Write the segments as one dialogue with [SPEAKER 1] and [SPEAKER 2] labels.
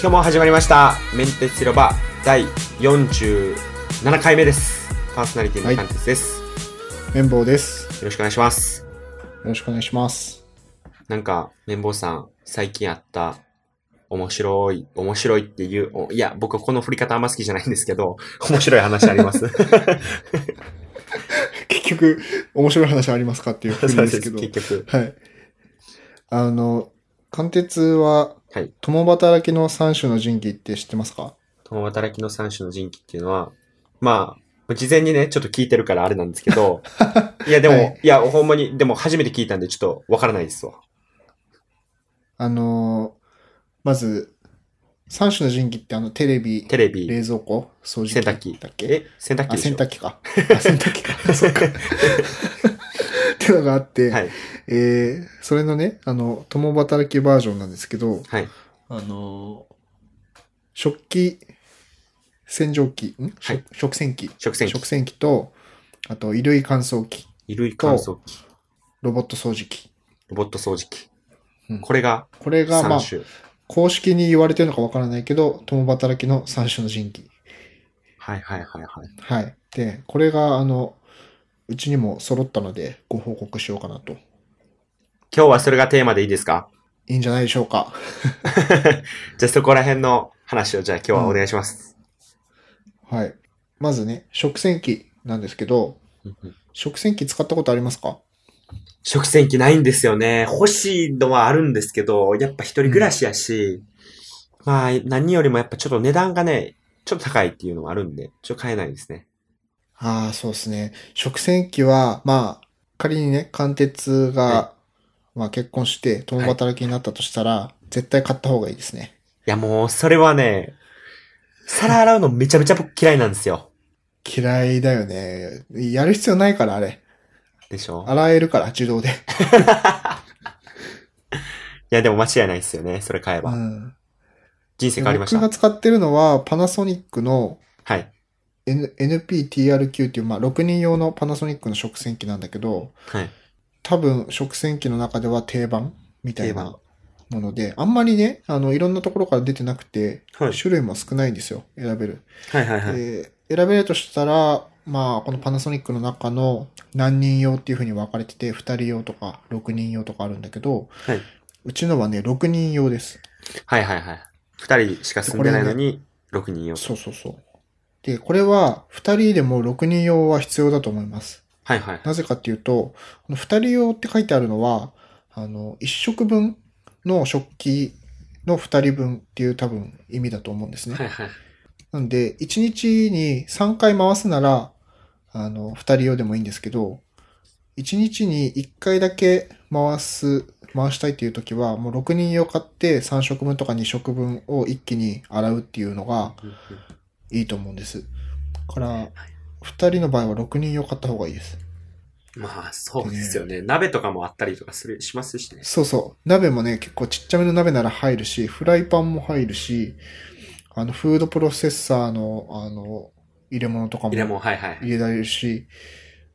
[SPEAKER 1] 今日も始まりましたメンテス広場第47回目ですパーソナリティのカンテスです、よ
[SPEAKER 2] 綿棒です。よ
[SPEAKER 1] ろしくお願いします
[SPEAKER 2] ろしくお願いします。
[SPEAKER 1] なんか綿棒さん最近あった面白い面白いっていうおいや僕この振り方あんま好きじゃないんですけど 面白い話あります
[SPEAKER 2] 結局、面白い話ありますかっ ていうふうに
[SPEAKER 1] そう
[SPEAKER 2] です
[SPEAKER 1] で
[SPEAKER 2] け
[SPEAKER 1] す結
[SPEAKER 2] ど。
[SPEAKER 1] 局
[SPEAKER 2] はい。あの、貫徹は、
[SPEAKER 1] はい
[SPEAKER 2] 共働きの三種の神器って知ってますか
[SPEAKER 1] 共働きの三種の人気っていうのはまあ事前にね、ちょっと聞いてるからあれなんですけど、いやでも、、
[SPEAKER 2] はい
[SPEAKER 1] や、ほんまに、でも初めて聞いたんでちょっとわからないですわ。
[SPEAKER 2] あの、まず、三種の神器ってあの、テレビ、
[SPEAKER 1] テレビ、
[SPEAKER 2] 冷蔵庫、掃除機
[SPEAKER 1] 洗濯機
[SPEAKER 2] だっけ
[SPEAKER 1] え、洗濯機で
[SPEAKER 2] あ、
[SPEAKER 1] し
[SPEAKER 2] 洗
[SPEAKER 1] ょ
[SPEAKER 2] 濯機か。あ、洗濯機 か。そっか。ってのがあって、
[SPEAKER 1] はい。
[SPEAKER 2] えー、それのね、あの、共働きバージョンなんですけど、
[SPEAKER 1] はい。
[SPEAKER 2] あの食器、洗浄機、ん、
[SPEAKER 1] はい
[SPEAKER 2] 食食洗機。
[SPEAKER 1] 食洗機
[SPEAKER 2] 食。洗機と、あと、衣類乾燥機、
[SPEAKER 1] 衣類乾燥機。
[SPEAKER 2] ロボット掃除機。
[SPEAKER 1] ロボット掃除機。
[SPEAKER 2] うん
[SPEAKER 1] これが
[SPEAKER 2] これが、まあ
[SPEAKER 1] 3、種。
[SPEAKER 2] 公式に言われてるのかわからないけど、共働きの三種の神器。
[SPEAKER 1] はいはいはいはい。
[SPEAKER 2] はい。で、これが、あの、うちにも揃ったので、ご報告しようかなと。
[SPEAKER 1] 今日はそれがテーマでいいですか
[SPEAKER 2] いいんじゃないでしょうか。
[SPEAKER 1] じゃあそこら辺の話をじゃあ今日はお願いします。
[SPEAKER 2] はい。まずね、食洗機なんですけど、食洗機使ったことありますか
[SPEAKER 1] 食洗機ないんですよね。欲しいのはあるんですけど、やっぱ一人暮らしやし、まあ何よりもやっぱちょっと値段がね、ちょっと高いっていうのもあるんで、ちょっと買えないですね。
[SPEAKER 2] ああ、そうですね。食洗機は、まあ、仮にね、貫徹が、
[SPEAKER 1] は
[SPEAKER 2] まあ結婚して共働きになったとしたら、絶対買った方がいいですね。
[SPEAKER 1] いやもうそれはね、皿洗うのめちゃめちゃ僕嫌いなんですよ。
[SPEAKER 2] 嫌いだよね。やる必要ないから、あれ。
[SPEAKER 1] でしょ
[SPEAKER 2] 洗えるから、自動で。
[SPEAKER 1] いやでも間違いないですよね。それ買えば。
[SPEAKER 2] うん。
[SPEAKER 1] 人生変わりまし
[SPEAKER 2] 僕が
[SPEAKER 1] た。
[SPEAKER 2] 使ってるのは、パナソニックの
[SPEAKER 1] はい。
[SPEAKER 2] N- NPTRQ っていう、まあ6人用のパナソニックの食洗機なんだけど、
[SPEAKER 1] はい。
[SPEAKER 2] 多分食洗機の中では定番みたい
[SPEAKER 1] 定
[SPEAKER 2] な
[SPEAKER 1] 番
[SPEAKER 2] もので、あんまりね、あの、いろんなところから出てなくて、
[SPEAKER 1] はい
[SPEAKER 2] 種類も少ないんですよ、選べる。
[SPEAKER 1] はいはいはい。
[SPEAKER 2] で選べるとしたら、まあ、このパナソニックの中の何人用っていうふうに分かれてて、2人用とか6人用とかあるんだけど、
[SPEAKER 1] はいう
[SPEAKER 2] ちのはね、6人用です。
[SPEAKER 1] はいはいはい。二人しか住んでないのに、六人用。
[SPEAKER 2] そうそうそう。で、これは2人でも6人用は必要だと思います。
[SPEAKER 1] はいはい。
[SPEAKER 2] なぜかっていうと、この2人用って書いてあるのは、あの、1食分の食器の2人分っていう多分意味だと思うんですね。
[SPEAKER 1] はいはい。
[SPEAKER 2] なんで、1日に3回回すなら、あの、2人用でもいいんですけど、1日に1回だけ回す、回したいっていう時は、もう6人用買って3食分とか2食分を一気に洗うっていうのがいいと思うんです。だから、2人の場合は6人用買った方がいいです。
[SPEAKER 1] まあ、そうですよね。鍋とかもあったりとかする、しますしね。
[SPEAKER 2] そうそう。鍋もね、結構ちっちゃめの鍋なら入るし、フライパンも入るし、あの、フードプロセッサーの、あの、入れ物とかも
[SPEAKER 1] 入れも、はいはいはい。
[SPEAKER 2] 入れられるし、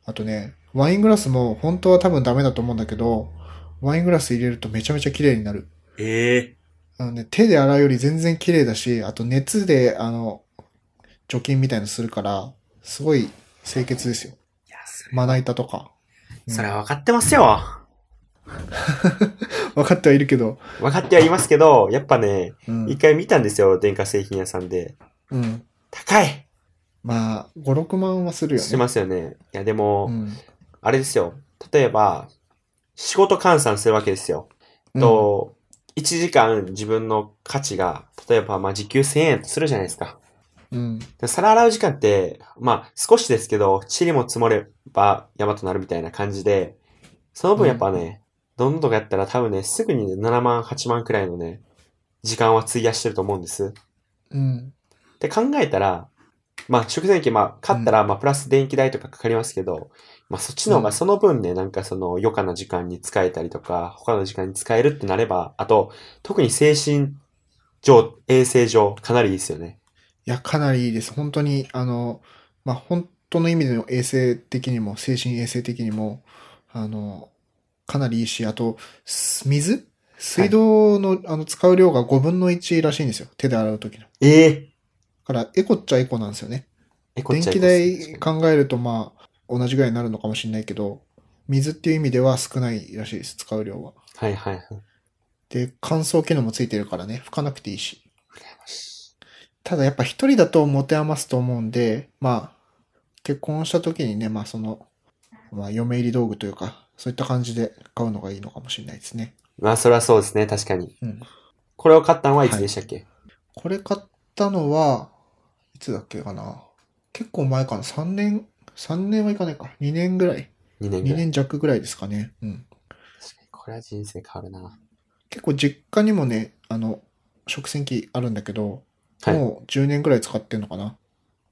[SPEAKER 2] あとね、ワイングラスも本当は多分ダメだと思うんだけど、ワイングラス入れるとめちゃめちゃ綺麗になる。
[SPEAKER 1] ええ
[SPEAKER 2] あのね、手で洗うより全然綺麗だし、あと熱で、あの、除菌みたいのするから、すごい清潔ですよ。
[SPEAKER 1] いや、それ
[SPEAKER 2] まな板とか。うん
[SPEAKER 1] それは分かってますよ。
[SPEAKER 2] 分かってはいるけど。
[SPEAKER 1] 分かってはいますけど、やっぱね、
[SPEAKER 2] うん
[SPEAKER 1] 一。回見たんですよ。電化製品屋さんで。
[SPEAKER 2] うん、
[SPEAKER 1] 高い
[SPEAKER 2] まあ、5、6万はするよね。
[SPEAKER 1] しますよね。いや、で
[SPEAKER 2] う
[SPEAKER 1] も、
[SPEAKER 2] ん。
[SPEAKER 1] あれですよ。例えば、仕事換算するわけですよ。と、1時間自分の価値が、例えば、まあ、時給1000円とするじゃないですか。
[SPEAKER 2] うん。
[SPEAKER 1] で皿洗う時間って、まあ、少しですけど、塵も積もれば山となるみたいな感じで、その分やっぱね、どんどんやったら多分ね、すぐにね7万、8万くらいのね、時間は費やしてると思うんです。
[SPEAKER 2] うん。
[SPEAKER 1] で考えたら、まあ、食洗機、まあ、買ったら、まあ、プラス電気代とかかかりますけど、まあ、そっちの方
[SPEAKER 2] う
[SPEAKER 1] が、
[SPEAKER 2] ん
[SPEAKER 1] その分ね、なんかその、余暇な時間に使えたりとか、他の時間に使えるってなれば、あと、特に精神上、衛生上、かなりいいですよね。
[SPEAKER 2] いや、かなりいいです。本当に、あの、まあ、本当の意味での衛生的にも、精神衛生的にも、あの、かなりいいし、あと、す水水道の、あの、使う量が5分の1らしいんですよ。手で洗うときの。だ
[SPEAKER 1] ええ
[SPEAKER 2] から、エコっちゃエコなんですよね。
[SPEAKER 1] え、こっ
[SPEAKER 2] 電
[SPEAKER 1] ちはエ
[SPEAKER 2] 気
[SPEAKER 1] コっすね
[SPEAKER 2] 代考えると、まあ、同じぐらいになるのかもしれないけど、水っていう意味では少ないらしいです。使う量は。
[SPEAKER 1] はいはいはい。羨
[SPEAKER 2] で、乾燥機能もついてるからね、拭かなくていいし。
[SPEAKER 1] ましい
[SPEAKER 2] ただやっぱ一人だと持て余すと思うんで、まあ、結婚した時にね、まあその、まあ嫁入り道具というか、そういった感じで買うのがいいのかもしれないですね。
[SPEAKER 1] まあ、それはそうですね、確かに。
[SPEAKER 2] うん。
[SPEAKER 1] これを買ったのはいつでしたっけ
[SPEAKER 2] これ買ったのは、いつだっけかな。結構前かな。3年、3年はいかないか。2年ぐらい。
[SPEAKER 1] ?2 年ぐら
[SPEAKER 2] 2
[SPEAKER 1] い。
[SPEAKER 2] 年弱ぐらいですかね。うん。
[SPEAKER 1] 確かにこれは人生変わるな。
[SPEAKER 2] 結構実家にもね、あの、食洗機あるんだけど、
[SPEAKER 1] はい
[SPEAKER 2] もう10年ぐらい使ってんのかな。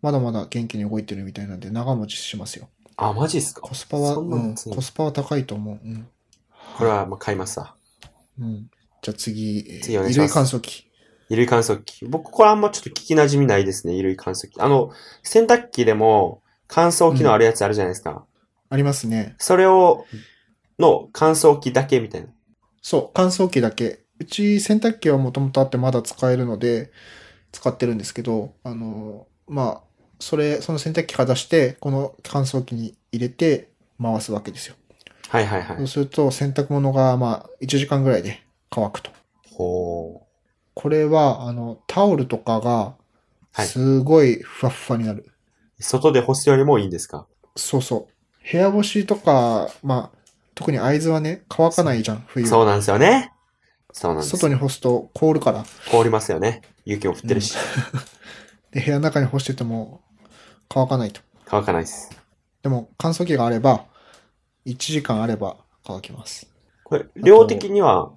[SPEAKER 2] まだまだ元気に動いてるみたいなんで長持ちしますよ。
[SPEAKER 1] あ、マジっすか
[SPEAKER 2] コスパは、
[SPEAKER 1] そん
[SPEAKER 2] う
[SPEAKER 1] なの
[SPEAKER 2] ん、
[SPEAKER 1] つい
[SPEAKER 2] コスパは高いと思う。うん。
[SPEAKER 1] これはまあ買いますわ。
[SPEAKER 2] うん、じゃあ次、えー
[SPEAKER 1] 次お願い
[SPEAKER 2] 衣
[SPEAKER 1] しま
[SPEAKER 2] 類
[SPEAKER 1] す
[SPEAKER 2] 乾燥機。
[SPEAKER 1] 衣類乾燥機。僕、これあんまちょっと聞き馴染みないですね、衣類乾燥機。あの、洗濯機でも乾燥機能あるやつあるじゃないですか。
[SPEAKER 2] ありますね。
[SPEAKER 1] それを、の乾燥機だけみたいな。
[SPEAKER 2] そう、乾燥機だけ。うち洗濯機はもともとあってまだ使えるので、使ってるんですけど、あのー、まあ、それ、その洗濯機から出して、この乾燥機に入れて回すわけですよ。
[SPEAKER 1] はいはいは
[SPEAKER 2] そう
[SPEAKER 1] い。
[SPEAKER 2] すると洗濯物が、まあ、1時間ぐらいで乾くと。
[SPEAKER 1] ほ
[SPEAKER 2] これは、あの、タオルとかが、
[SPEAKER 1] はい
[SPEAKER 2] すごいふわっふわになる。
[SPEAKER 1] う。外で干すよりもいいんですか
[SPEAKER 2] そうそう。部屋干しとか、まあ、特に会津はね、乾かないじゃん、冬。
[SPEAKER 1] そうなんですよね。そうなんです
[SPEAKER 2] 外。に干すと凍るから。
[SPEAKER 1] 凍りますよね。雪も降ってるし。
[SPEAKER 2] で、部屋の中に干してても乾かないと。
[SPEAKER 1] 乾かないです。
[SPEAKER 2] でも、乾燥機があれば、1時間あれば乾きます。
[SPEAKER 1] これ、量的には、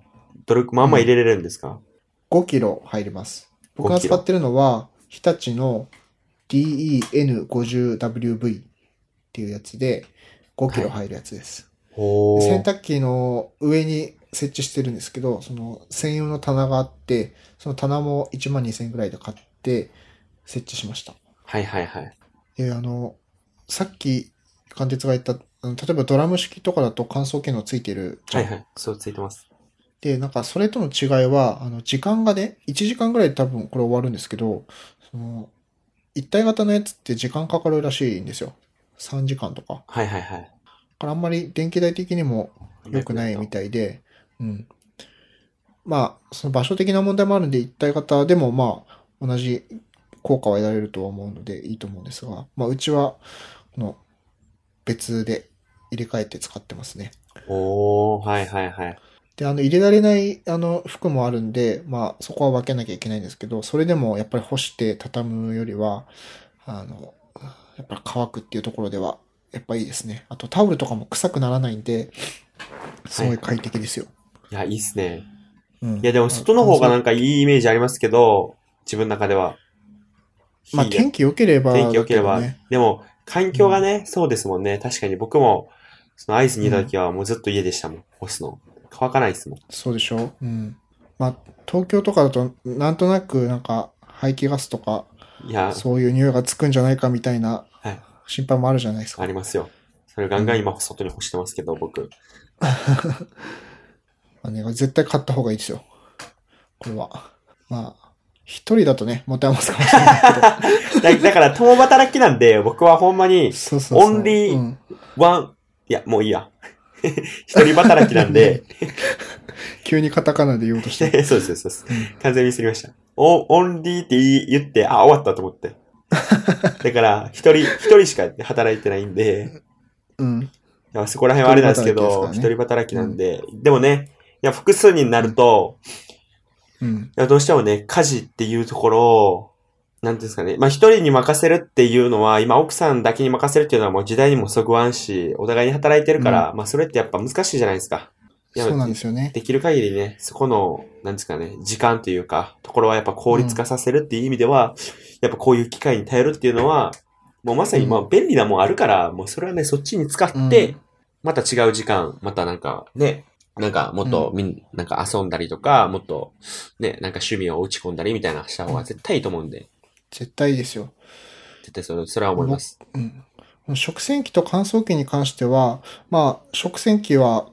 [SPEAKER 1] どれ、まんま入れれるんですか、
[SPEAKER 2] 5キロ入ります。僕
[SPEAKER 1] 5
[SPEAKER 2] が
[SPEAKER 1] キ
[SPEAKER 2] 使
[SPEAKER 1] ロ
[SPEAKER 2] ってるのは、日立の DEN50WV っていうやつで、5キロ入るやつです。
[SPEAKER 1] ほ
[SPEAKER 2] で
[SPEAKER 1] ー
[SPEAKER 2] 洗濯機の上に設置してるんですけど、その専用の棚があって、その棚も1万2000円ぐらいで買って設置しました。
[SPEAKER 1] はいはいはい。
[SPEAKER 2] で、あの、さっき貫徹が言った、あの例えばドラム式とかだと乾燥機能ついてるじゃ
[SPEAKER 1] は
[SPEAKER 2] ん
[SPEAKER 1] いはい。そうついてます。
[SPEAKER 2] で、なんかそれとの違いは、あの、時間がね、1時間ぐらいで多分これ終わるんですけど、その、一体型のやつって時間かかるらしいんですよ。3時間とか。
[SPEAKER 1] はいはいはい。
[SPEAKER 2] だからあんまり電気代的にも良くないみたいで、うん。まあ、その場所的な問題もあるんで、一体型でもまあ、同じ効果は得られるとは思うのでいいと思うんですが、まあ、うちは、この、別で入れ替えて使ってますね。
[SPEAKER 1] おー、はいはいはい。
[SPEAKER 2] で、あの、入れられない、あの、服もあるんで、まあ、そこは分けなきゃいけないんですけど、それでもやっぱり干して畳むよりは、あの、やっぱり乾くっていうところでは、やっぱいいですね。あと、タオルとかも臭くならないんで、すごい快適ですよ。
[SPEAKER 1] いや、いいっすね。
[SPEAKER 2] うん
[SPEAKER 1] いや、でも外の方がなんかいいイメージありますけど、自分の中では。
[SPEAKER 2] まあ、
[SPEAKER 1] 火が
[SPEAKER 2] 天気良ければ、
[SPEAKER 1] 天気良ければ。
[SPEAKER 2] だどね
[SPEAKER 1] でも、環境がね、そうですもんね。確かに僕も、そのアイスにいた時はもうずっと家でしたもん。干すの。乾かないですもん。
[SPEAKER 2] そうでしょう。ん。まあ、東京とかだと、なんとなく、なんか、排気ガスとか、
[SPEAKER 1] いや、
[SPEAKER 2] そういう匂いがつくんじゃないかみたいな
[SPEAKER 1] はい、
[SPEAKER 2] 心配もあるじゃないですか
[SPEAKER 1] あ。りますよ。それガンガン今外に干してますけど、僕。
[SPEAKER 2] まあね、絶対買った方がいいですよ。これは。まあ、一人だとね、持て余すかもしれないけど。
[SPEAKER 1] だだから、共働きなんで、僕はほんまに、
[SPEAKER 2] そうそうそう。
[SPEAKER 1] オンリー
[SPEAKER 2] うん
[SPEAKER 1] ワン、いや、もういいや。 一人働きなんで、
[SPEAKER 2] 急にカタカナで言おうとし
[SPEAKER 1] そう
[SPEAKER 2] て。
[SPEAKER 1] です、そうです。そうです完全にミスりました。オンオンリーって言い言って、あ、終わったと思って。だから、一人、一人しか働いてないんで、
[SPEAKER 2] うん。
[SPEAKER 1] いやそこら辺はあれなんですけど、一
[SPEAKER 2] 一
[SPEAKER 1] 人
[SPEAKER 2] 人
[SPEAKER 1] 働きなんで、でもね、いや、複数人になると、
[SPEAKER 2] うん。
[SPEAKER 1] いやどうしてもね、家事っていうところを、なんていうんですかね、まあ一人に任せるっていうのは、今奥さんだけに任せるっていうのはもう時代にもそぐわんし、お互いに働いてるから、まあそれってやっぱ難しいじゃないですか。いや
[SPEAKER 2] そうなんですよね。
[SPEAKER 1] できる限りね、そこの、なんですかね、時間というか、ところはやっぱ効率化させるっていう意味では、やっぱこういう機会に頼るっていうのは、もうまさに
[SPEAKER 2] うん
[SPEAKER 1] まあ便利なもんあるから、もうそれはね、そっちに使って、
[SPEAKER 2] うん
[SPEAKER 1] また違う時間、またなんかね、なんかもっとみん、なんか遊んだりとか、もっとね、なんか趣味を打ち込んだりみたいなした方が絶対いいと思うんで、
[SPEAKER 2] 絶対いいですよ。
[SPEAKER 1] 絶対それ、それは思います。
[SPEAKER 2] うん。食洗機と乾燥機に関しては、まあ、食洗機は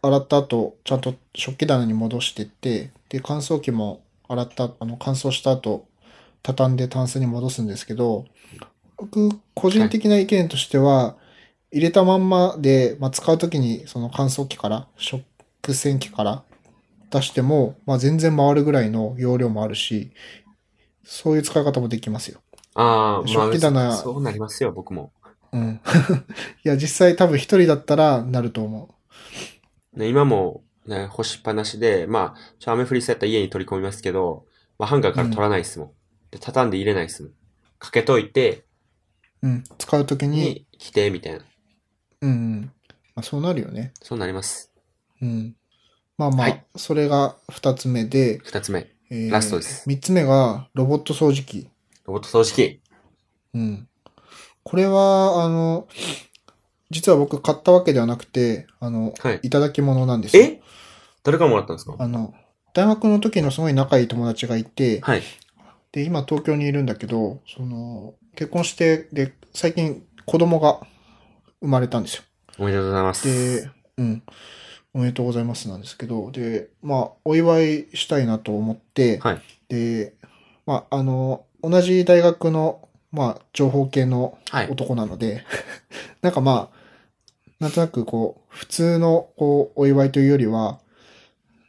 [SPEAKER 2] 洗った後、ちゃんと食器棚に戻してって、で、乾燥機も洗った、あの、乾燥した後、畳んでタンスに戻すんですけど、僕、個人的な意見としては、入れたまんまで、まあ、使う時に、その乾燥機から、食洗機から出しても、まあ、全然回るぐらいの容量もあるし、そういう使い方もできますよ。
[SPEAKER 1] ああ、ま
[SPEAKER 2] 食器棚
[SPEAKER 1] あ、そうなりますよ、僕も。
[SPEAKER 2] うん。 いや、実際多分一人だったらなると思
[SPEAKER 1] ね、今も、ね、干しっぱなしで、まあ、ちょ雨降りそうやったら家に取り込みますけど、まあ、ハンガーから取らないっすもん。で、畳んで入れないっすもん。かけといて、
[SPEAKER 2] う。うん。使う時に、
[SPEAKER 1] に来て、みたいな。
[SPEAKER 2] うんうん。まあ、そうなるよね。
[SPEAKER 1] そうなります。
[SPEAKER 2] うん。まあまあ、
[SPEAKER 1] はい
[SPEAKER 2] それが二つ目で、
[SPEAKER 1] 二つ目、
[SPEAKER 2] えー
[SPEAKER 1] ラストです
[SPEAKER 2] 三つ目がロボット掃除機。
[SPEAKER 1] ロボット掃除機。
[SPEAKER 2] うん。これは、あの、実は僕買ったわけではなくて、あの、
[SPEAKER 1] はい。
[SPEAKER 2] いただき物なんですよ。
[SPEAKER 1] え誰からもらったんですか
[SPEAKER 2] あの、大学の時のすごい仲いい友達がいて、
[SPEAKER 1] はい。
[SPEAKER 2] で、今東京にいるんだけど、その、結婚して、で、最近子供が生まれたんですよ。
[SPEAKER 1] おめでとうございます。
[SPEAKER 2] で、うん。おめでとうございますなんですけど、で、まあ、お祝いしたいなと思って、
[SPEAKER 1] はい
[SPEAKER 2] で、まあ、あの、同じ大学の、まあ、情報系の
[SPEAKER 1] はい。
[SPEAKER 2] 男なので、なんかまあ、なんとなくこう、普通のこう、お祝いというよりは、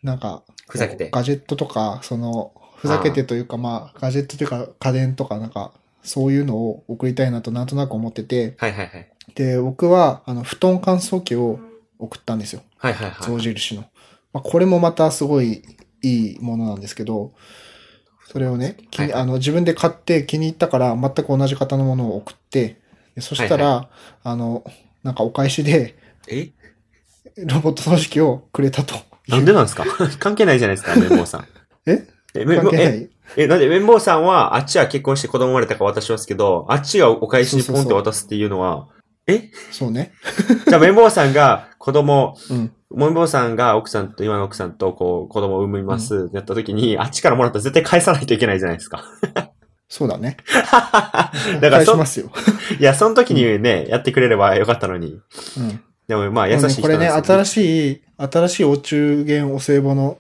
[SPEAKER 2] なんか、
[SPEAKER 1] ふざけて
[SPEAKER 2] こうガジェットとか、その、ふざけてというか、まあ、ガジェットというか、家電とか、なんか、そういうのを送りたいなとなんとなく思ってて、
[SPEAKER 1] はいはいはい。
[SPEAKER 2] で、僕は、あの、布団乾燥機を送ったんですよ。
[SPEAKER 1] はいはいはい。
[SPEAKER 2] 象印の。まあ、これもまたすごいいいものなんですけど、それをね、気に
[SPEAKER 1] はい
[SPEAKER 2] あの自分で買って気に入ったから全く同じ型のものを送って、でそしたら、
[SPEAKER 1] は
[SPEAKER 2] あの、なんかお返しで
[SPEAKER 1] え
[SPEAKER 2] ロボット掃除機をくれたと。
[SPEAKER 1] なんでなんですか 関係ないじゃない ですか、綿棒さん。
[SPEAKER 2] え
[SPEAKER 1] え、め
[SPEAKER 2] 関係な
[SPEAKER 1] え、
[SPEAKER 2] い
[SPEAKER 1] え、なんで、綿棒さんは、あっちは結婚して子供生まれたから渡しますけど、あっちがお返しにポンって渡すっていうのは、
[SPEAKER 2] そうね。
[SPEAKER 1] じゃあ綿棒さんが子供、
[SPEAKER 2] うん。
[SPEAKER 1] 綿棒さんが奥さんと、今の奥さんとこう、子供を産みます、やった時に、あっちからもらったら絶対返さないといけないじゃないですか。
[SPEAKER 2] そうだね。
[SPEAKER 1] だから
[SPEAKER 2] 返
[SPEAKER 1] そ
[SPEAKER 2] しますよ。
[SPEAKER 1] いや、その時にね、やってくれればよかったのに。
[SPEAKER 2] うん。
[SPEAKER 1] でも、まあ、優しい人
[SPEAKER 2] こ
[SPEAKER 1] な
[SPEAKER 2] れ
[SPEAKER 1] んで
[SPEAKER 2] ね、
[SPEAKER 1] すよ
[SPEAKER 2] 新しい、新しいお中元お歳暮の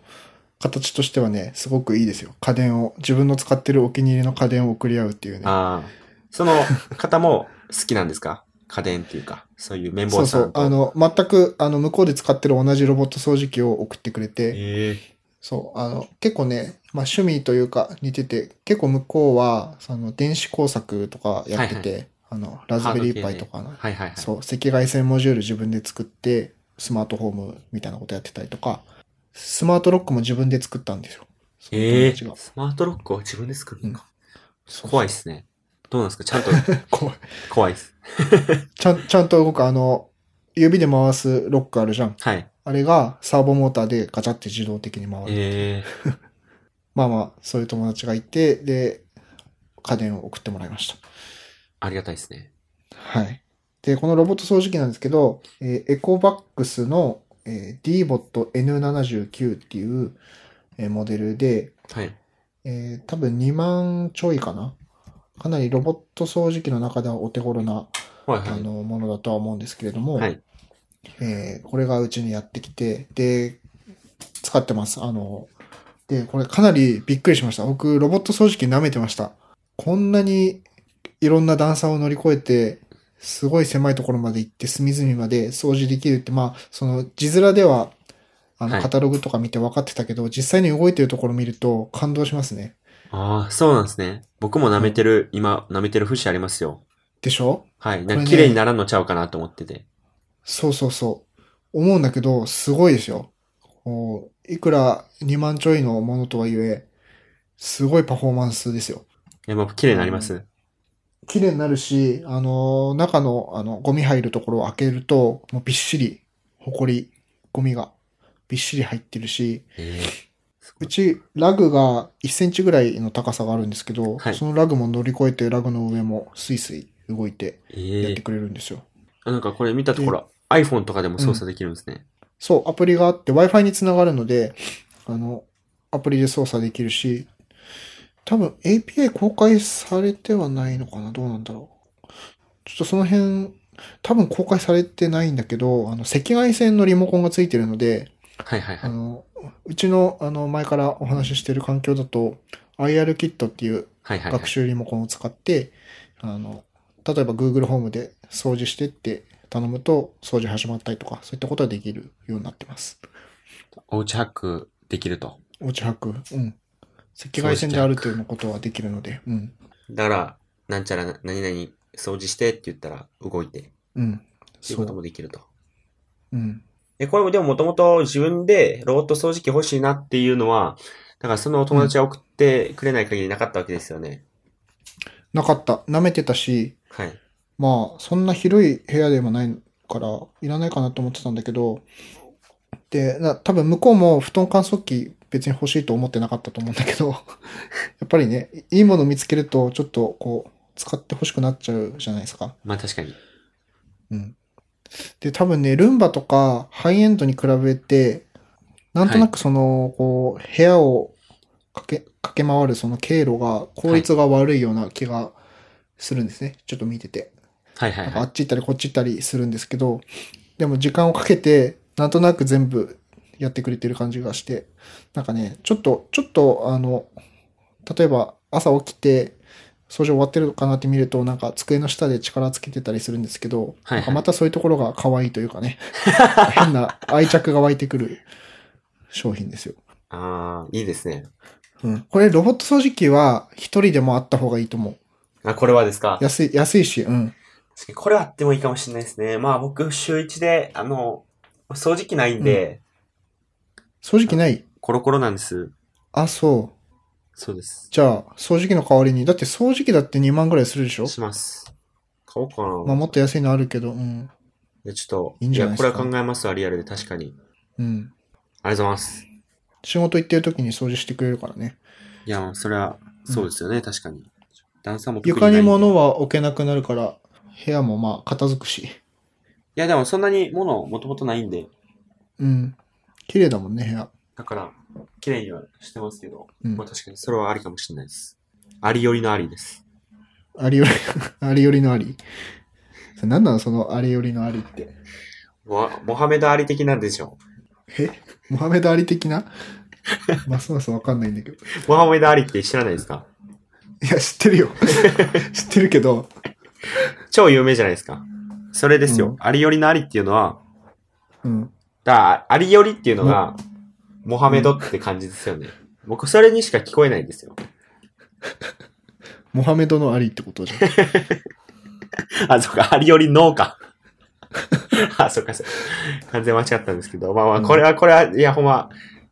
[SPEAKER 2] 形としてはね、すごくいいですよ。家電を、自分の使ってるお気に入りの家電を送り合うっていうね。
[SPEAKER 1] ああ。その方も好きなんですか家電っていうか、そういう綿
[SPEAKER 2] そ
[SPEAKER 1] 棒
[SPEAKER 2] うそ
[SPEAKER 1] さ。
[SPEAKER 2] うん
[SPEAKER 1] と。
[SPEAKER 2] あの、全く、あの、向こうで使ってる同じロボット掃除機を送ってくれて、
[SPEAKER 1] ええ
[SPEAKER 2] そう、あの、結構ね、まあ、趣味というか似てて、結構向こうは、その、電子工作とかやってて、あの、ラズベリーパイとかの、
[SPEAKER 1] はいはいはい。
[SPEAKER 2] そう、赤外線モジュール自分で作って、スマートホームみたいなことやってたりとか、スマートロックも自分で作ったんですよ。その
[SPEAKER 1] ええ
[SPEAKER 2] 友達が
[SPEAKER 1] スマートロックを自分で作るのか。
[SPEAKER 2] そう
[SPEAKER 1] 怖いっすね。どうなんですかちゃんと
[SPEAKER 2] 怖い。
[SPEAKER 1] 怖いっす。
[SPEAKER 2] ちゃん、ちゃんと動く、あの、指で回すロックあるじゃん。
[SPEAKER 1] はい。
[SPEAKER 2] あれがサーボモーターでガチャって自動的に回る。
[SPEAKER 1] ええ
[SPEAKER 2] まあまあ、そういう友達がいて、で、家電を送ってもらいました。
[SPEAKER 1] ありがたいっすね。
[SPEAKER 2] はい。で、このロボット掃除機なんですけど、えーエコバックスの、えー、DBOT N79 っていう、えーモデルで、
[SPEAKER 1] はい。
[SPEAKER 2] えー多分2万ちょいかな。かなりロボット掃除機の中ではお手頃な、
[SPEAKER 1] はい
[SPEAKER 2] あ
[SPEAKER 1] はい。
[SPEAKER 2] の、ものだとは思うんですけれども、
[SPEAKER 1] はい。
[SPEAKER 2] えーこれがうちにやってきて、で、使ってます。あの、で、これかなりびっくりしました。僕、ロボット掃除機舐めてました。こんなにいろんな段差を乗り越えて、すごい狭いところまで行って隅々まで掃除できるって、まあ、その字面では、あ
[SPEAKER 1] は
[SPEAKER 2] の、
[SPEAKER 1] い
[SPEAKER 2] カタログとか見て分かってたけど、実際に動いてるところ見ると感動しますね。
[SPEAKER 1] ああ、そうなんですね。僕も舐めてる、今、舐めてる節ありますよ。
[SPEAKER 2] でしょ
[SPEAKER 1] はい。なん
[SPEAKER 2] これ
[SPEAKER 1] か
[SPEAKER 2] ね
[SPEAKER 1] 綺麗にならんのちゃうかなと思ってて。
[SPEAKER 2] そうそうそう。思うんだけど、すごいですよ。こういくら2万ちょいのものとはいえ、すごいパフォーマンスですよ。
[SPEAKER 1] え、もう綺麗になります。
[SPEAKER 2] 綺麗になるし、あの、中の、あの、ゴミ入るところを開けると、もうびっしり、ほこり、ゴミが、びっしり入ってるし、
[SPEAKER 1] ええすご
[SPEAKER 2] う
[SPEAKER 1] い
[SPEAKER 2] ち、ラグが1センチぐらいの高さがあるんですけど、
[SPEAKER 1] はい
[SPEAKER 2] そのラグも乗り越えて、ラグの上もスイスイ動いてや
[SPEAKER 1] え
[SPEAKER 2] っ
[SPEAKER 1] え
[SPEAKER 2] てくれるんですよ。
[SPEAKER 1] あなんかこれ見たところ、iPhone とかでも操作できるんですね。
[SPEAKER 2] そう、アプリがあって Wi-Fi につながるので、あの、アプリで操作できるし、多分 API 公開されてはないのかなどうなんだろう。ちょっとその辺、多分公開されてないんだけど、あの、赤外線のリモコンがついてるので、
[SPEAKER 1] はいはいは
[SPEAKER 2] あ
[SPEAKER 1] い。
[SPEAKER 2] の、うちの、あの、前からお話ししてる環境だと、IR キットっていう
[SPEAKER 1] はいはいはい
[SPEAKER 2] 学。習リモコンを使って、あの、例えば Google ホームで掃除してって頼むと、掃除始まったりとか、そういったことはできるようになってます。
[SPEAKER 1] おうちハックできると。
[SPEAKER 2] おうち泊、うん。赤外線であるというのことはできるので、うん。
[SPEAKER 1] だから、なんちゃらな何々掃除してって言ったら動いて、って
[SPEAKER 2] うん。
[SPEAKER 1] いう
[SPEAKER 2] そ
[SPEAKER 1] ことも
[SPEAKER 2] う。
[SPEAKER 1] できると。
[SPEAKER 2] うん。
[SPEAKER 1] え、これもでももともと自分でロボット掃除機欲しいなっていうのは、だからそのお友達は送ってくれない限りなかったわけですよね。
[SPEAKER 2] なかった。舐めてたし、
[SPEAKER 1] はい。
[SPEAKER 2] まあ、そんな広い部屋でもないから、いらないかなと思ってたんだけど、で、な多分向こうも布団乾燥機別に欲しいと思ってなかったと思うんだけど、や っぱりね、いいもの見つけると、ちょっとこう、使って欲しくなっちゃうじゃないですか。
[SPEAKER 1] まあ確かに。
[SPEAKER 2] うん。で、多分ね、ルンバとかハイエンドに比べて、なんとなくその、こう、部屋を駆け、駆け回るその経路が効率が悪いような気がするんですね。ちょっと見てて。
[SPEAKER 1] はいはい
[SPEAKER 2] なんか
[SPEAKER 1] は
[SPEAKER 2] あ
[SPEAKER 1] い。
[SPEAKER 2] っち行ったりこっち行ったりするんですけど、でも時間をかけて、なんとなく全部やってくれてる感じがして、なんかね、ちょっと、ちょっと、あの、例えば朝起きて、掃除終わってるのかなって見ると、なんか机の下で力つけてたりするんですけど、
[SPEAKER 1] はいはい
[SPEAKER 2] なんかまたそういうところが可愛いというかね、 変な愛着が湧いてくる商品ですよ。
[SPEAKER 1] ああ、いいですね。
[SPEAKER 2] うん。これロボット掃除機は一人でもあった方がいいと思う。
[SPEAKER 1] あ、これはですか。
[SPEAKER 2] 安い、安いし、うん。
[SPEAKER 1] 確かにこれはあってもいいかもしれないですね。まあ僕、週一で、あの、掃除機ないんで、
[SPEAKER 2] 掃除機ない
[SPEAKER 1] コロコロなんです。
[SPEAKER 2] あ、そう。
[SPEAKER 1] そうです。
[SPEAKER 2] じゃあ、掃除機の代わりに。だって掃除機だって2万ぐらいするでしょ
[SPEAKER 1] します。買おうかな。
[SPEAKER 2] まあもっと安いのあるけど、うん。
[SPEAKER 1] いやちょっと、
[SPEAKER 2] いいんじゃな
[SPEAKER 1] や、
[SPEAKER 2] いです
[SPEAKER 1] こ
[SPEAKER 2] か
[SPEAKER 1] れは考えますわ、リアルで確かに。
[SPEAKER 2] うん。
[SPEAKER 1] ありがとうございます。
[SPEAKER 2] 仕事行ってる時に掃除してくれるからね。
[SPEAKER 1] いや、それは、そうですよね、確かに。段差も特
[SPEAKER 2] 床
[SPEAKER 1] な
[SPEAKER 2] に
[SPEAKER 1] いんで
[SPEAKER 2] 物は置けなくなるから、部屋もまあ片付くし。
[SPEAKER 1] いや、でもそんなに物もともとないんで、
[SPEAKER 2] うん。綺麗だもんね、部屋。
[SPEAKER 1] だから、綺麗にはしてますけど、
[SPEAKER 2] うん
[SPEAKER 1] まあ確かにそれはありかもしれないです。ありよりのありです。
[SPEAKER 2] ありより、 ありよりのあり。それ何なのそのありよりのありって。
[SPEAKER 1] モモハメド・アリ的なんでしょ
[SPEAKER 2] えモハメド・アリ 的なますますわかんないんだけ
[SPEAKER 1] う。
[SPEAKER 2] ど。
[SPEAKER 1] モハメド・アリって知らないですか
[SPEAKER 2] いや、知ってるよ。 知ってるけど。
[SPEAKER 1] 超有名じゃないですか。それですよ。
[SPEAKER 2] うん
[SPEAKER 1] ありよりのありっていうのは、
[SPEAKER 2] うん。
[SPEAKER 1] だからありよりっていうのが、モハメドって感じですよね。僕、それにしか聞こえないんですよ。
[SPEAKER 2] モハメドのありってことじゃん。
[SPEAKER 1] あ、そっか、ありより農家。 あ、そっか、そっか完全間違ったんですけど、まあまあ、これは、これは、いや、ほんま、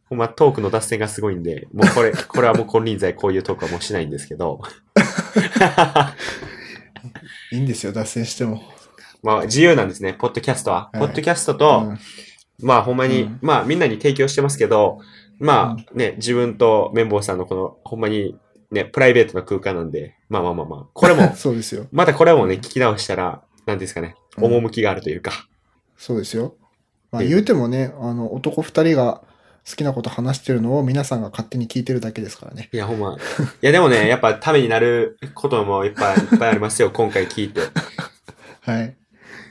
[SPEAKER 1] ほんま、トークの脱線がすごいんで、もうこれ、これはもう金輪際こういうトークはもうしないんですけ ど、
[SPEAKER 2] いいんですよ、脱線しても。
[SPEAKER 1] まあ、自由なんですね、ポッドキャストは。
[SPEAKER 2] はい
[SPEAKER 1] ポッドキャストと、
[SPEAKER 2] うん
[SPEAKER 1] まあ、ほんまに、
[SPEAKER 2] うん、
[SPEAKER 1] まあ、みんなに提供してますけど、まあ、ね、自分と綿棒さんのこの、ほんまに、ね、プライベートな空間なんで、まあまあまあまあ、これも
[SPEAKER 2] そうですよ。
[SPEAKER 1] またこれもね、聞き直したら、なんですかね、
[SPEAKER 2] うん
[SPEAKER 1] 趣があるというか、
[SPEAKER 2] そうですよ。まあ
[SPEAKER 1] ええ
[SPEAKER 2] 言うてもね、あの、男二人が好きなこと話してるのを皆さんが勝手に聞いてるだけですからね。
[SPEAKER 1] いや、ほんま。いや、でもね、やっぱためになることもいっぱいいっぱいありますよ、今回聞いて。い
[SPEAKER 2] はい。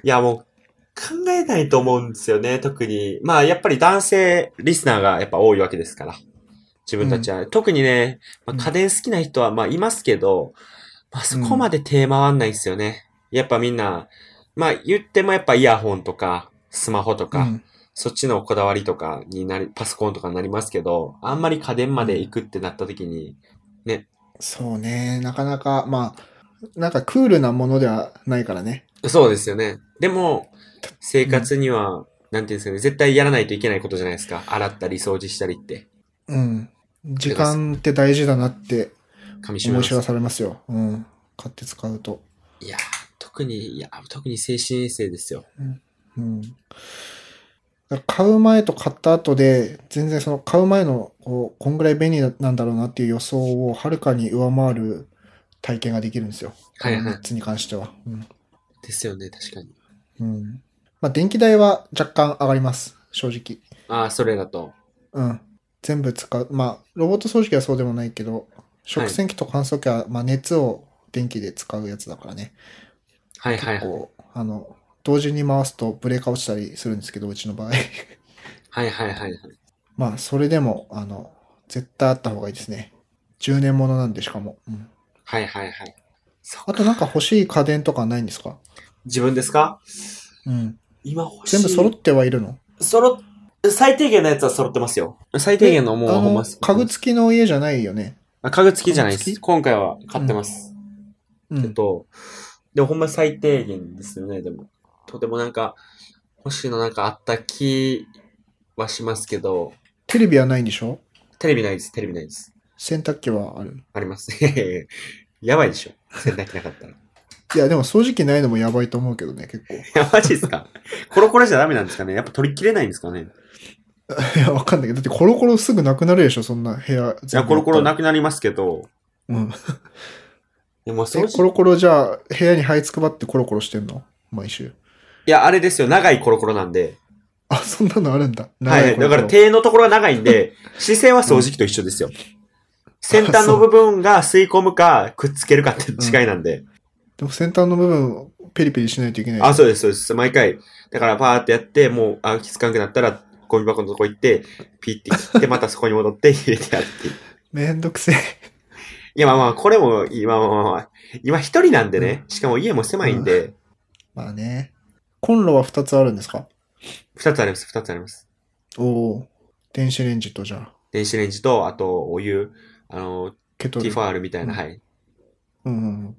[SPEAKER 1] や、もう、考えないと思うんですよね、特に。まあ、やっぱり男性リスナーがやっぱ多いわけですから。自分たちは。特にね、まあ
[SPEAKER 2] うん
[SPEAKER 1] 家電好きな人は、まあ、いますけど、まあ、そこまで手回んないですよね。やっぱみんな、まあ、言ってもやっぱイヤホンとか、スマホと
[SPEAKER 2] う
[SPEAKER 1] か、
[SPEAKER 2] ん。
[SPEAKER 1] そっちのこだわりとかになり、パソコンとかになりますけど、あんまり家電まで行くってなった時に、
[SPEAKER 2] そうね。なかなか、まあ、なんかクールなものではないからね。
[SPEAKER 1] そうですよね。でも、生活には、なんていうんですかね、絶対やらないといけないことじゃないですか。洗ったり、掃除したりって。
[SPEAKER 2] うん。時間って大事だなって
[SPEAKER 1] 噛み締め
[SPEAKER 2] 思
[SPEAKER 1] ま
[SPEAKER 2] い知ら
[SPEAKER 1] す。
[SPEAKER 2] されますよ。うん。買って使うと。
[SPEAKER 1] いや、特に、いや、特に精神衛生ですよ。
[SPEAKER 2] うん。だから買う前と買った後で、全然その買う前のこうこんぐらい便利なんだろうなっていう予想をはるかに上回る体験ができるんですよ。
[SPEAKER 1] はいはい
[SPEAKER 2] この3つに関しては。うん。
[SPEAKER 1] ですよね、確かに。
[SPEAKER 2] うん。まあ、電気代は若干上がります。正直。
[SPEAKER 1] ああ、それだと。
[SPEAKER 2] うん。全部使う。まあ、ロボット掃除機はそうでもないけど、食洗機と乾燥機は、まあ、熱を電気で使うやつだからね。
[SPEAKER 1] はいはいはい。
[SPEAKER 2] こう、あの、同時に回すとブレーカー落ちたりするんですけど、うちの場合。
[SPEAKER 1] はいはいはいはい。
[SPEAKER 2] まあ、それでも、あの、絶対あった方がいいですね。10年ものなんで、しかも。うん。
[SPEAKER 1] はいはいはい。そ
[SPEAKER 2] あとなんか欲しい家電とかないんですか
[SPEAKER 1] 自分ですか
[SPEAKER 2] うん。
[SPEAKER 1] 今欲しい。
[SPEAKER 2] 全部揃ってはいるの
[SPEAKER 1] 揃っ、最低限のやつは揃ってますよ。最低限のもの
[SPEAKER 2] あ
[SPEAKER 1] はほん
[SPEAKER 2] の、
[SPEAKER 1] まです
[SPEAKER 2] 家具付きの家じゃないよね。
[SPEAKER 1] あ家具付きじゃないで
[SPEAKER 2] 家具
[SPEAKER 1] す。
[SPEAKER 2] 付
[SPEAKER 1] 今回は買ってます。
[SPEAKER 2] う
[SPEAKER 1] えっ
[SPEAKER 2] ん。
[SPEAKER 1] と、でもほんま最低限ですよね、でも。とてもなんか、欲しいのなんかあった気はしますけど、
[SPEAKER 2] テレビはないんでしょ
[SPEAKER 1] テレビないです、テレビないです。
[SPEAKER 2] 洗濯機はある。
[SPEAKER 1] あります。 やばいでしょ。洗濯機なかったら。 い
[SPEAKER 2] いや、でも掃除機ないのもやばいと思うけどね、結構。
[SPEAKER 1] や、マジですかコロコロじゃダメなんですかねやっぱ取り切れないんですかね
[SPEAKER 2] いや、わかんないけど、だってコロコロすぐなくなるでしょ、そんな部屋
[SPEAKER 1] いや、コロコロなくなりますけど、
[SPEAKER 2] うん。
[SPEAKER 1] でもそ
[SPEAKER 2] え
[SPEAKER 1] う
[SPEAKER 2] コロコロじゃあ、部屋に這いつくばってコロコロしてんの毎週。
[SPEAKER 1] いや、あれですよ、長いコロコロなんで。
[SPEAKER 2] あ、そんなのあるんだ。
[SPEAKER 1] は
[SPEAKER 2] 長
[SPEAKER 1] い。
[SPEAKER 2] コ
[SPEAKER 1] だ
[SPEAKER 2] ロコ
[SPEAKER 1] か
[SPEAKER 2] ロ
[SPEAKER 1] ら、手のところが長いん で、姿勢は掃除機と一緒です よ。先端の部分が吸い込むか、くっつけるかって違いなんで。
[SPEAKER 2] でも先端の部分をペリペリしないといけない。
[SPEAKER 1] あ、そうです、そうです。毎回。だから、パーってやって、もう、あ、きつかんくなったら、ゴミ箱のとこ行って、ピッて切って、またそこに戻って、入れてやるっていう。
[SPEAKER 2] めんどくせえ。
[SPEAKER 1] いや、まあまあ、これも、今、まあまあまあ、今一人なんでね、しかも家も狭いんで、
[SPEAKER 2] まあね。コンロは2つあるんですか
[SPEAKER 1] 二つあります、二つあります。
[SPEAKER 2] おお。電子レンジとじゃあ、
[SPEAKER 1] 電子レンジと、あと、お湯、あの、
[SPEAKER 2] ケト
[SPEAKER 1] ティ
[SPEAKER 2] ル
[SPEAKER 1] フ。ァールみたいな、
[SPEAKER 2] うん
[SPEAKER 1] はい。
[SPEAKER 2] うんうんうん。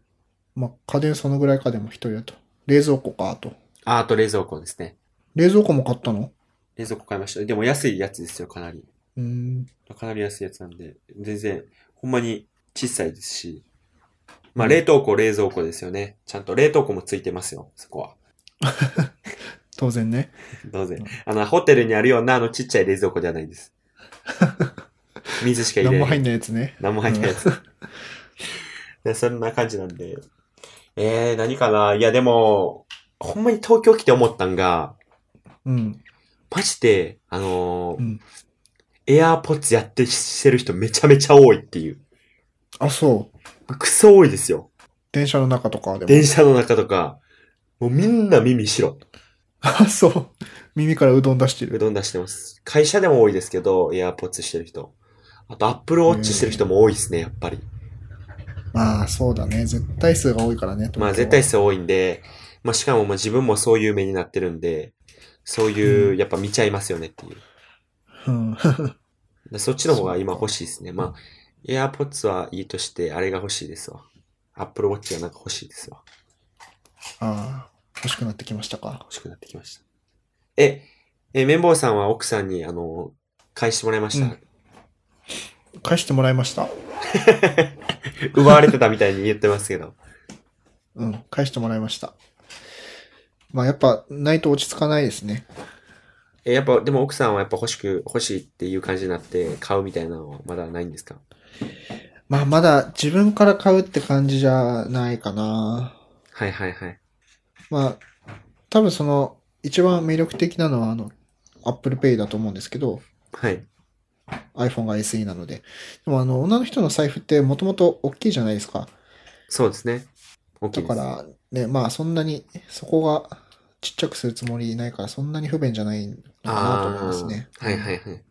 [SPEAKER 2] まあ、家電そのぐらいかでも1人だと。冷蔵庫か、あと。
[SPEAKER 1] あ、あと冷蔵庫ですね。
[SPEAKER 2] 冷蔵庫も買ったの
[SPEAKER 1] 冷蔵庫買いました。でも安いやつですよ、かなり。
[SPEAKER 2] うーん。
[SPEAKER 1] かなり安いやつなんで、全然、ほんまに小さいですし。まあ、冷凍庫、冷蔵庫ですよね。ちゃんと冷凍庫もついてますよ、そこは。
[SPEAKER 2] 当然ね。
[SPEAKER 1] どうせ
[SPEAKER 2] うん。
[SPEAKER 1] あの、ホテルにあるような、あの、ちっちゃい冷蔵庫ではない です。水しか入
[SPEAKER 2] 何
[SPEAKER 1] れ
[SPEAKER 2] も
[SPEAKER 1] な
[SPEAKER 2] 入
[SPEAKER 1] い。
[SPEAKER 2] んないやつね。
[SPEAKER 1] 何も入ってないやつ。 でそんな感じなんで。えー、何かないや、でも、ほんまに東京来て思ったんが、
[SPEAKER 2] うん。
[SPEAKER 1] マジで、あのー
[SPEAKER 2] うん
[SPEAKER 1] エアーポッツやってしてる人めちゃめちゃ多いっていう。
[SPEAKER 2] あ、そう。
[SPEAKER 1] クソ多いですよ。
[SPEAKER 2] 電車の中とかでも。
[SPEAKER 1] 電車の中とか、もうみんな耳白。
[SPEAKER 2] あ、 そう。耳からうどん出して
[SPEAKER 1] う
[SPEAKER 2] る。
[SPEAKER 1] どん出してます。会社でも多いですけど、エアーポッツしてる人。あと、アップルウォッチしてる人も多いですね、やっぱり。
[SPEAKER 2] まあ、そうだね。絶対数が多いからね。
[SPEAKER 1] まあ、絶対
[SPEAKER 2] 数。
[SPEAKER 1] 数多いんで、まあ、しかも、まあ、自分もそういう目になってるんで、そういうう、やっぱ見ちゃいますよねっていう。
[SPEAKER 2] うん。
[SPEAKER 1] でそっちの方が今欲しいですね。まあ、エアーポッツはいいとして、あれが欲しいですわ。アップルウォッチがなんか欲しいですわ。
[SPEAKER 2] ああ、欲しくなってきましたか。
[SPEAKER 1] 欲しくなってきました。え、え、綿棒さんは奥さんに、あの、返してもらいました、
[SPEAKER 2] うん返してもらいました。
[SPEAKER 1] 奪われてたみたいに言ってますけど。
[SPEAKER 2] うん、返してもらいました。まあやっぱ、ないと落ち着かないですね。
[SPEAKER 1] え、やっぱ、でも奥さんはやっぱ欲しく、欲しいっていう感じになって買うみたいなのはまだないんですか
[SPEAKER 2] まあまだ自分から買うって感じじゃないかな。
[SPEAKER 1] はいはいはい。
[SPEAKER 2] まあ、多分その、一番魅力的なのは、あの、Apple Pay だと思うんですけど、
[SPEAKER 1] はい。
[SPEAKER 2] iPhone が SE なので。でもあの、女の人の財布ってもともと大きいじゃないですか。
[SPEAKER 1] そうですね。大きい
[SPEAKER 2] だ
[SPEAKER 1] で
[SPEAKER 2] か
[SPEAKER 1] す。
[SPEAKER 2] ら、ね、まあそんなに、そこがちっちゃくするつもりないから、そんなに不便じゃないのかなと思いますね。
[SPEAKER 1] あーはいはいはい。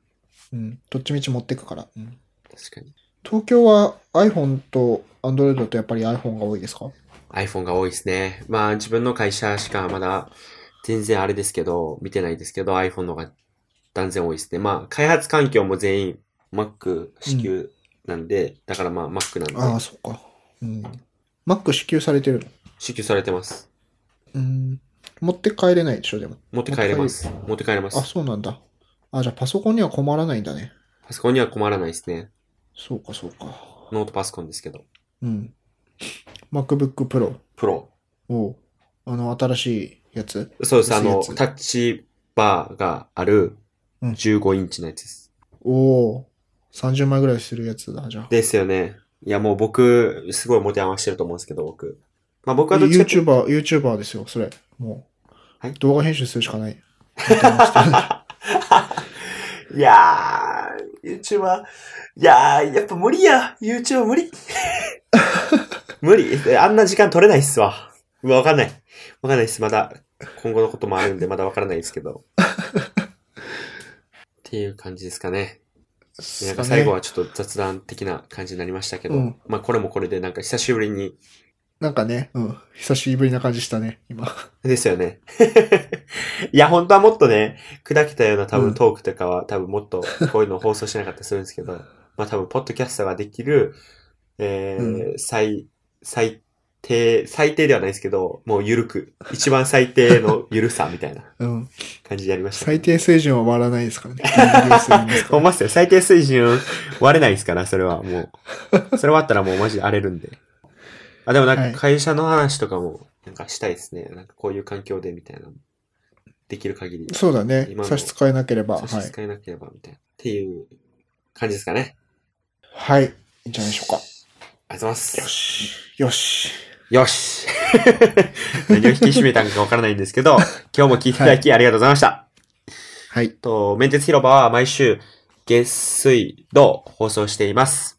[SPEAKER 2] うん。どっちみち持ってくから。うん
[SPEAKER 1] 確かに。
[SPEAKER 2] 東京は iPhone と Android だとやっぱり iPhone が多いですか
[SPEAKER 1] iPhone が多いですね。まあ自分の会社しかまだ全然あれですけど、見てないですけど iPhone の方が断然多いですね。まあ開発環境も全員 Mac 支給なんで、だからまあ Mac な
[SPEAKER 2] あ
[SPEAKER 1] ん
[SPEAKER 2] あ、
[SPEAKER 1] で
[SPEAKER 2] そっか。うん。Mac 支給されてるの
[SPEAKER 1] 支給されてます。
[SPEAKER 2] うん。持って帰れないでしょ、でも。
[SPEAKER 1] 持って帰れます。持って帰れま
[SPEAKER 2] あ、
[SPEAKER 1] す。
[SPEAKER 2] そうなんだ。あ、じゃあパソコンには困らないんだね。
[SPEAKER 1] パソコンには困らないですね。
[SPEAKER 2] そうか、そうか。
[SPEAKER 1] ノートパソコンですけど。
[SPEAKER 2] うん。MacBook Pro
[SPEAKER 1] プロ。
[SPEAKER 2] を、あの、新しいやつ
[SPEAKER 1] そうです。あの、
[SPEAKER 2] 薄いやつ
[SPEAKER 1] タッチバーがある
[SPEAKER 2] うん
[SPEAKER 1] 15インチのやつです。
[SPEAKER 2] おお30枚ぐらいするやつだ、じゃあ。
[SPEAKER 1] ですよね。いや、もう僕、すごい持て余してると思うんですけど、僕。まあ僕はどっちかっていうと
[SPEAKER 2] YouTuber、YouTuber ですよ、それ。もう。
[SPEAKER 1] はい
[SPEAKER 2] 動画編集するしかない。
[SPEAKER 1] いやー、YouTube は、いやー、やっぱ無理や。YouTube 無 理。無理。あんな時間取れないっすわ。うわわかんない。わかんないっす。まだ、今後のこともあるんで、まだわからないですけ ど。っていう感じですかね。なんか最後はちょっと雑談的な感じになりましたけど、
[SPEAKER 2] うん
[SPEAKER 1] まあこれもこれでなんか久しぶりに、
[SPEAKER 2] なんかね、うん。久しぶりな感じしたね、今。
[SPEAKER 1] ですよね。 いや、本当はもっとね、砕けたような多
[SPEAKER 2] うん
[SPEAKER 1] 分トークとかは、多分もっとこういうのを放送しなかったりするんですけ ど、まあ多分、ポッドキャストができる、えー最、最低、最低ではないですけど、もうゆるく、一番最低のゆるさみたいな
[SPEAKER 2] うん。
[SPEAKER 1] 感じでやりましたね、
[SPEAKER 2] 最低水準は割らないですからね。ギリギリを進みますか
[SPEAKER 1] ほ
[SPEAKER 2] ら
[SPEAKER 1] んまっすよ。最低水準割れないですから、それはもう。それ割ったらもうマジで荒れるんで。あ、でもなん
[SPEAKER 2] はい
[SPEAKER 1] か会社の話とかも、なんかしたいですね。なんかこういう環境でみたいなの。できる限り。
[SPEAKER 2] そうだね
[SPEAKER 1] 今。の
[SPEAKER 2] 差し支えなければ。は
[SPEAKER 1] 差し
[SPEAKER 2] い
[SPEAKER 1] 支。えなければみたいな。っていう感じですかね。
[SPEAKER 2] はい。いいんじゃないでしょうか。
[SPEAKER 1] ありがとうござい
[SPEAKER 2] よ
[SPEAKER 1] ます。
[SPEAKER 2] し。よし。
[SPEAKER 1] よし 何を引き締めたのかわからないんですけ ど、今日も聞いていただきありがとうございました。
[SPEAKER 2] はい。
[SPEAKER 1] と、面接広場は毎週月水土放送しています。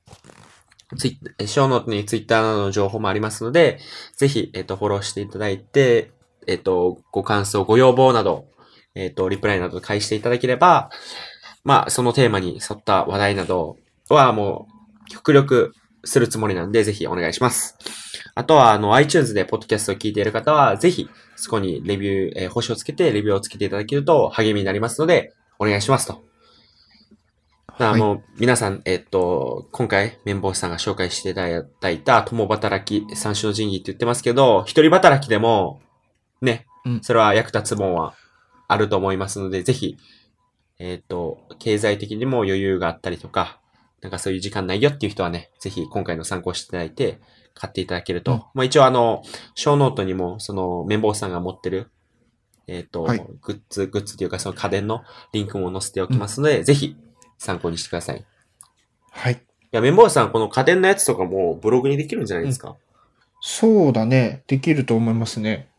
[SPEAKER 1] ツイッ、ショーノートにツイッターなどの情報もありますので、ぜひ、えっと、フォローしていただいて、えっと、ご感想、ご要望など、えっと、リプライなど返していただければ、まあ、そのテーマに沿った話題などはもう、極力するつもりなんで、ぜひお願いします。あとは、あの、iTunes でポッドキャストを聞いている方は、ぜひ、そこにレビュー、えー星をつけて、レビューをつけていただけると励みになりますので、お願いしますと。だから
[SPEAKER 2] はい
[SPEAKER 1] もう、皆さん、えっと、今回、綿棒さんが紹介していただいた、共働き、三種の神器って言ってますけど、一人働きでも、ね
[SPEAKER 2] うん、
[SPEAKER 1] それは役立つもんはあると思いますので、ぜひ、えっと、経済的にも余裕があったりとか、なんかそういう時間ないよっていう人はね、ぜひ今回の参考していただいて、買っていただけると。
[SPEAKER 2] うん
[SPEAKER 1] まあ一応あの、小ノートにも、その、綿棒さんが持ってる、えっ、と、
[SPEAKER 2] はい
[SPEAKER 1] グッズ、グッズというかその家電のリンクも載せておきますので、ぜひ参考にしてください。い
[SPEAKER 2] はい。
[SPEAKER 1] や、綿棒さん、この家電のやつとかもブログにできるんじゃないですか、
[SPEAKER 2] そうだね。できると思いますね。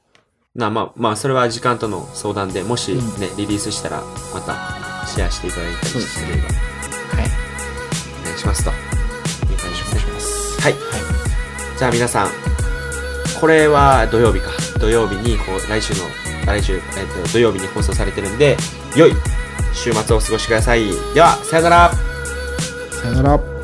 [SPEAKER 1] なまあ、まあ、それは時間との相談で、もしね
[SPEAKER 2] う、
[SPEAKER 1] リリースしたら、またシェアしていただいたり
[SPEAKER 2] そうです
[SPEAKER 1] す
[SPEAKER 2] ね
[SPEAKER 1] れば、
[SPEAKER 2] はい。
[SPEAKER 1] お願いしますと。いう感じですね。はい。じゃあ皆さん、これは土曜日か。土曜日にこう、来週の、あ来週、えっと、土曜日に放送されてるんで、良い週末をお過ごしください。では、さよなら。
[SPEAKER 2] さよなら。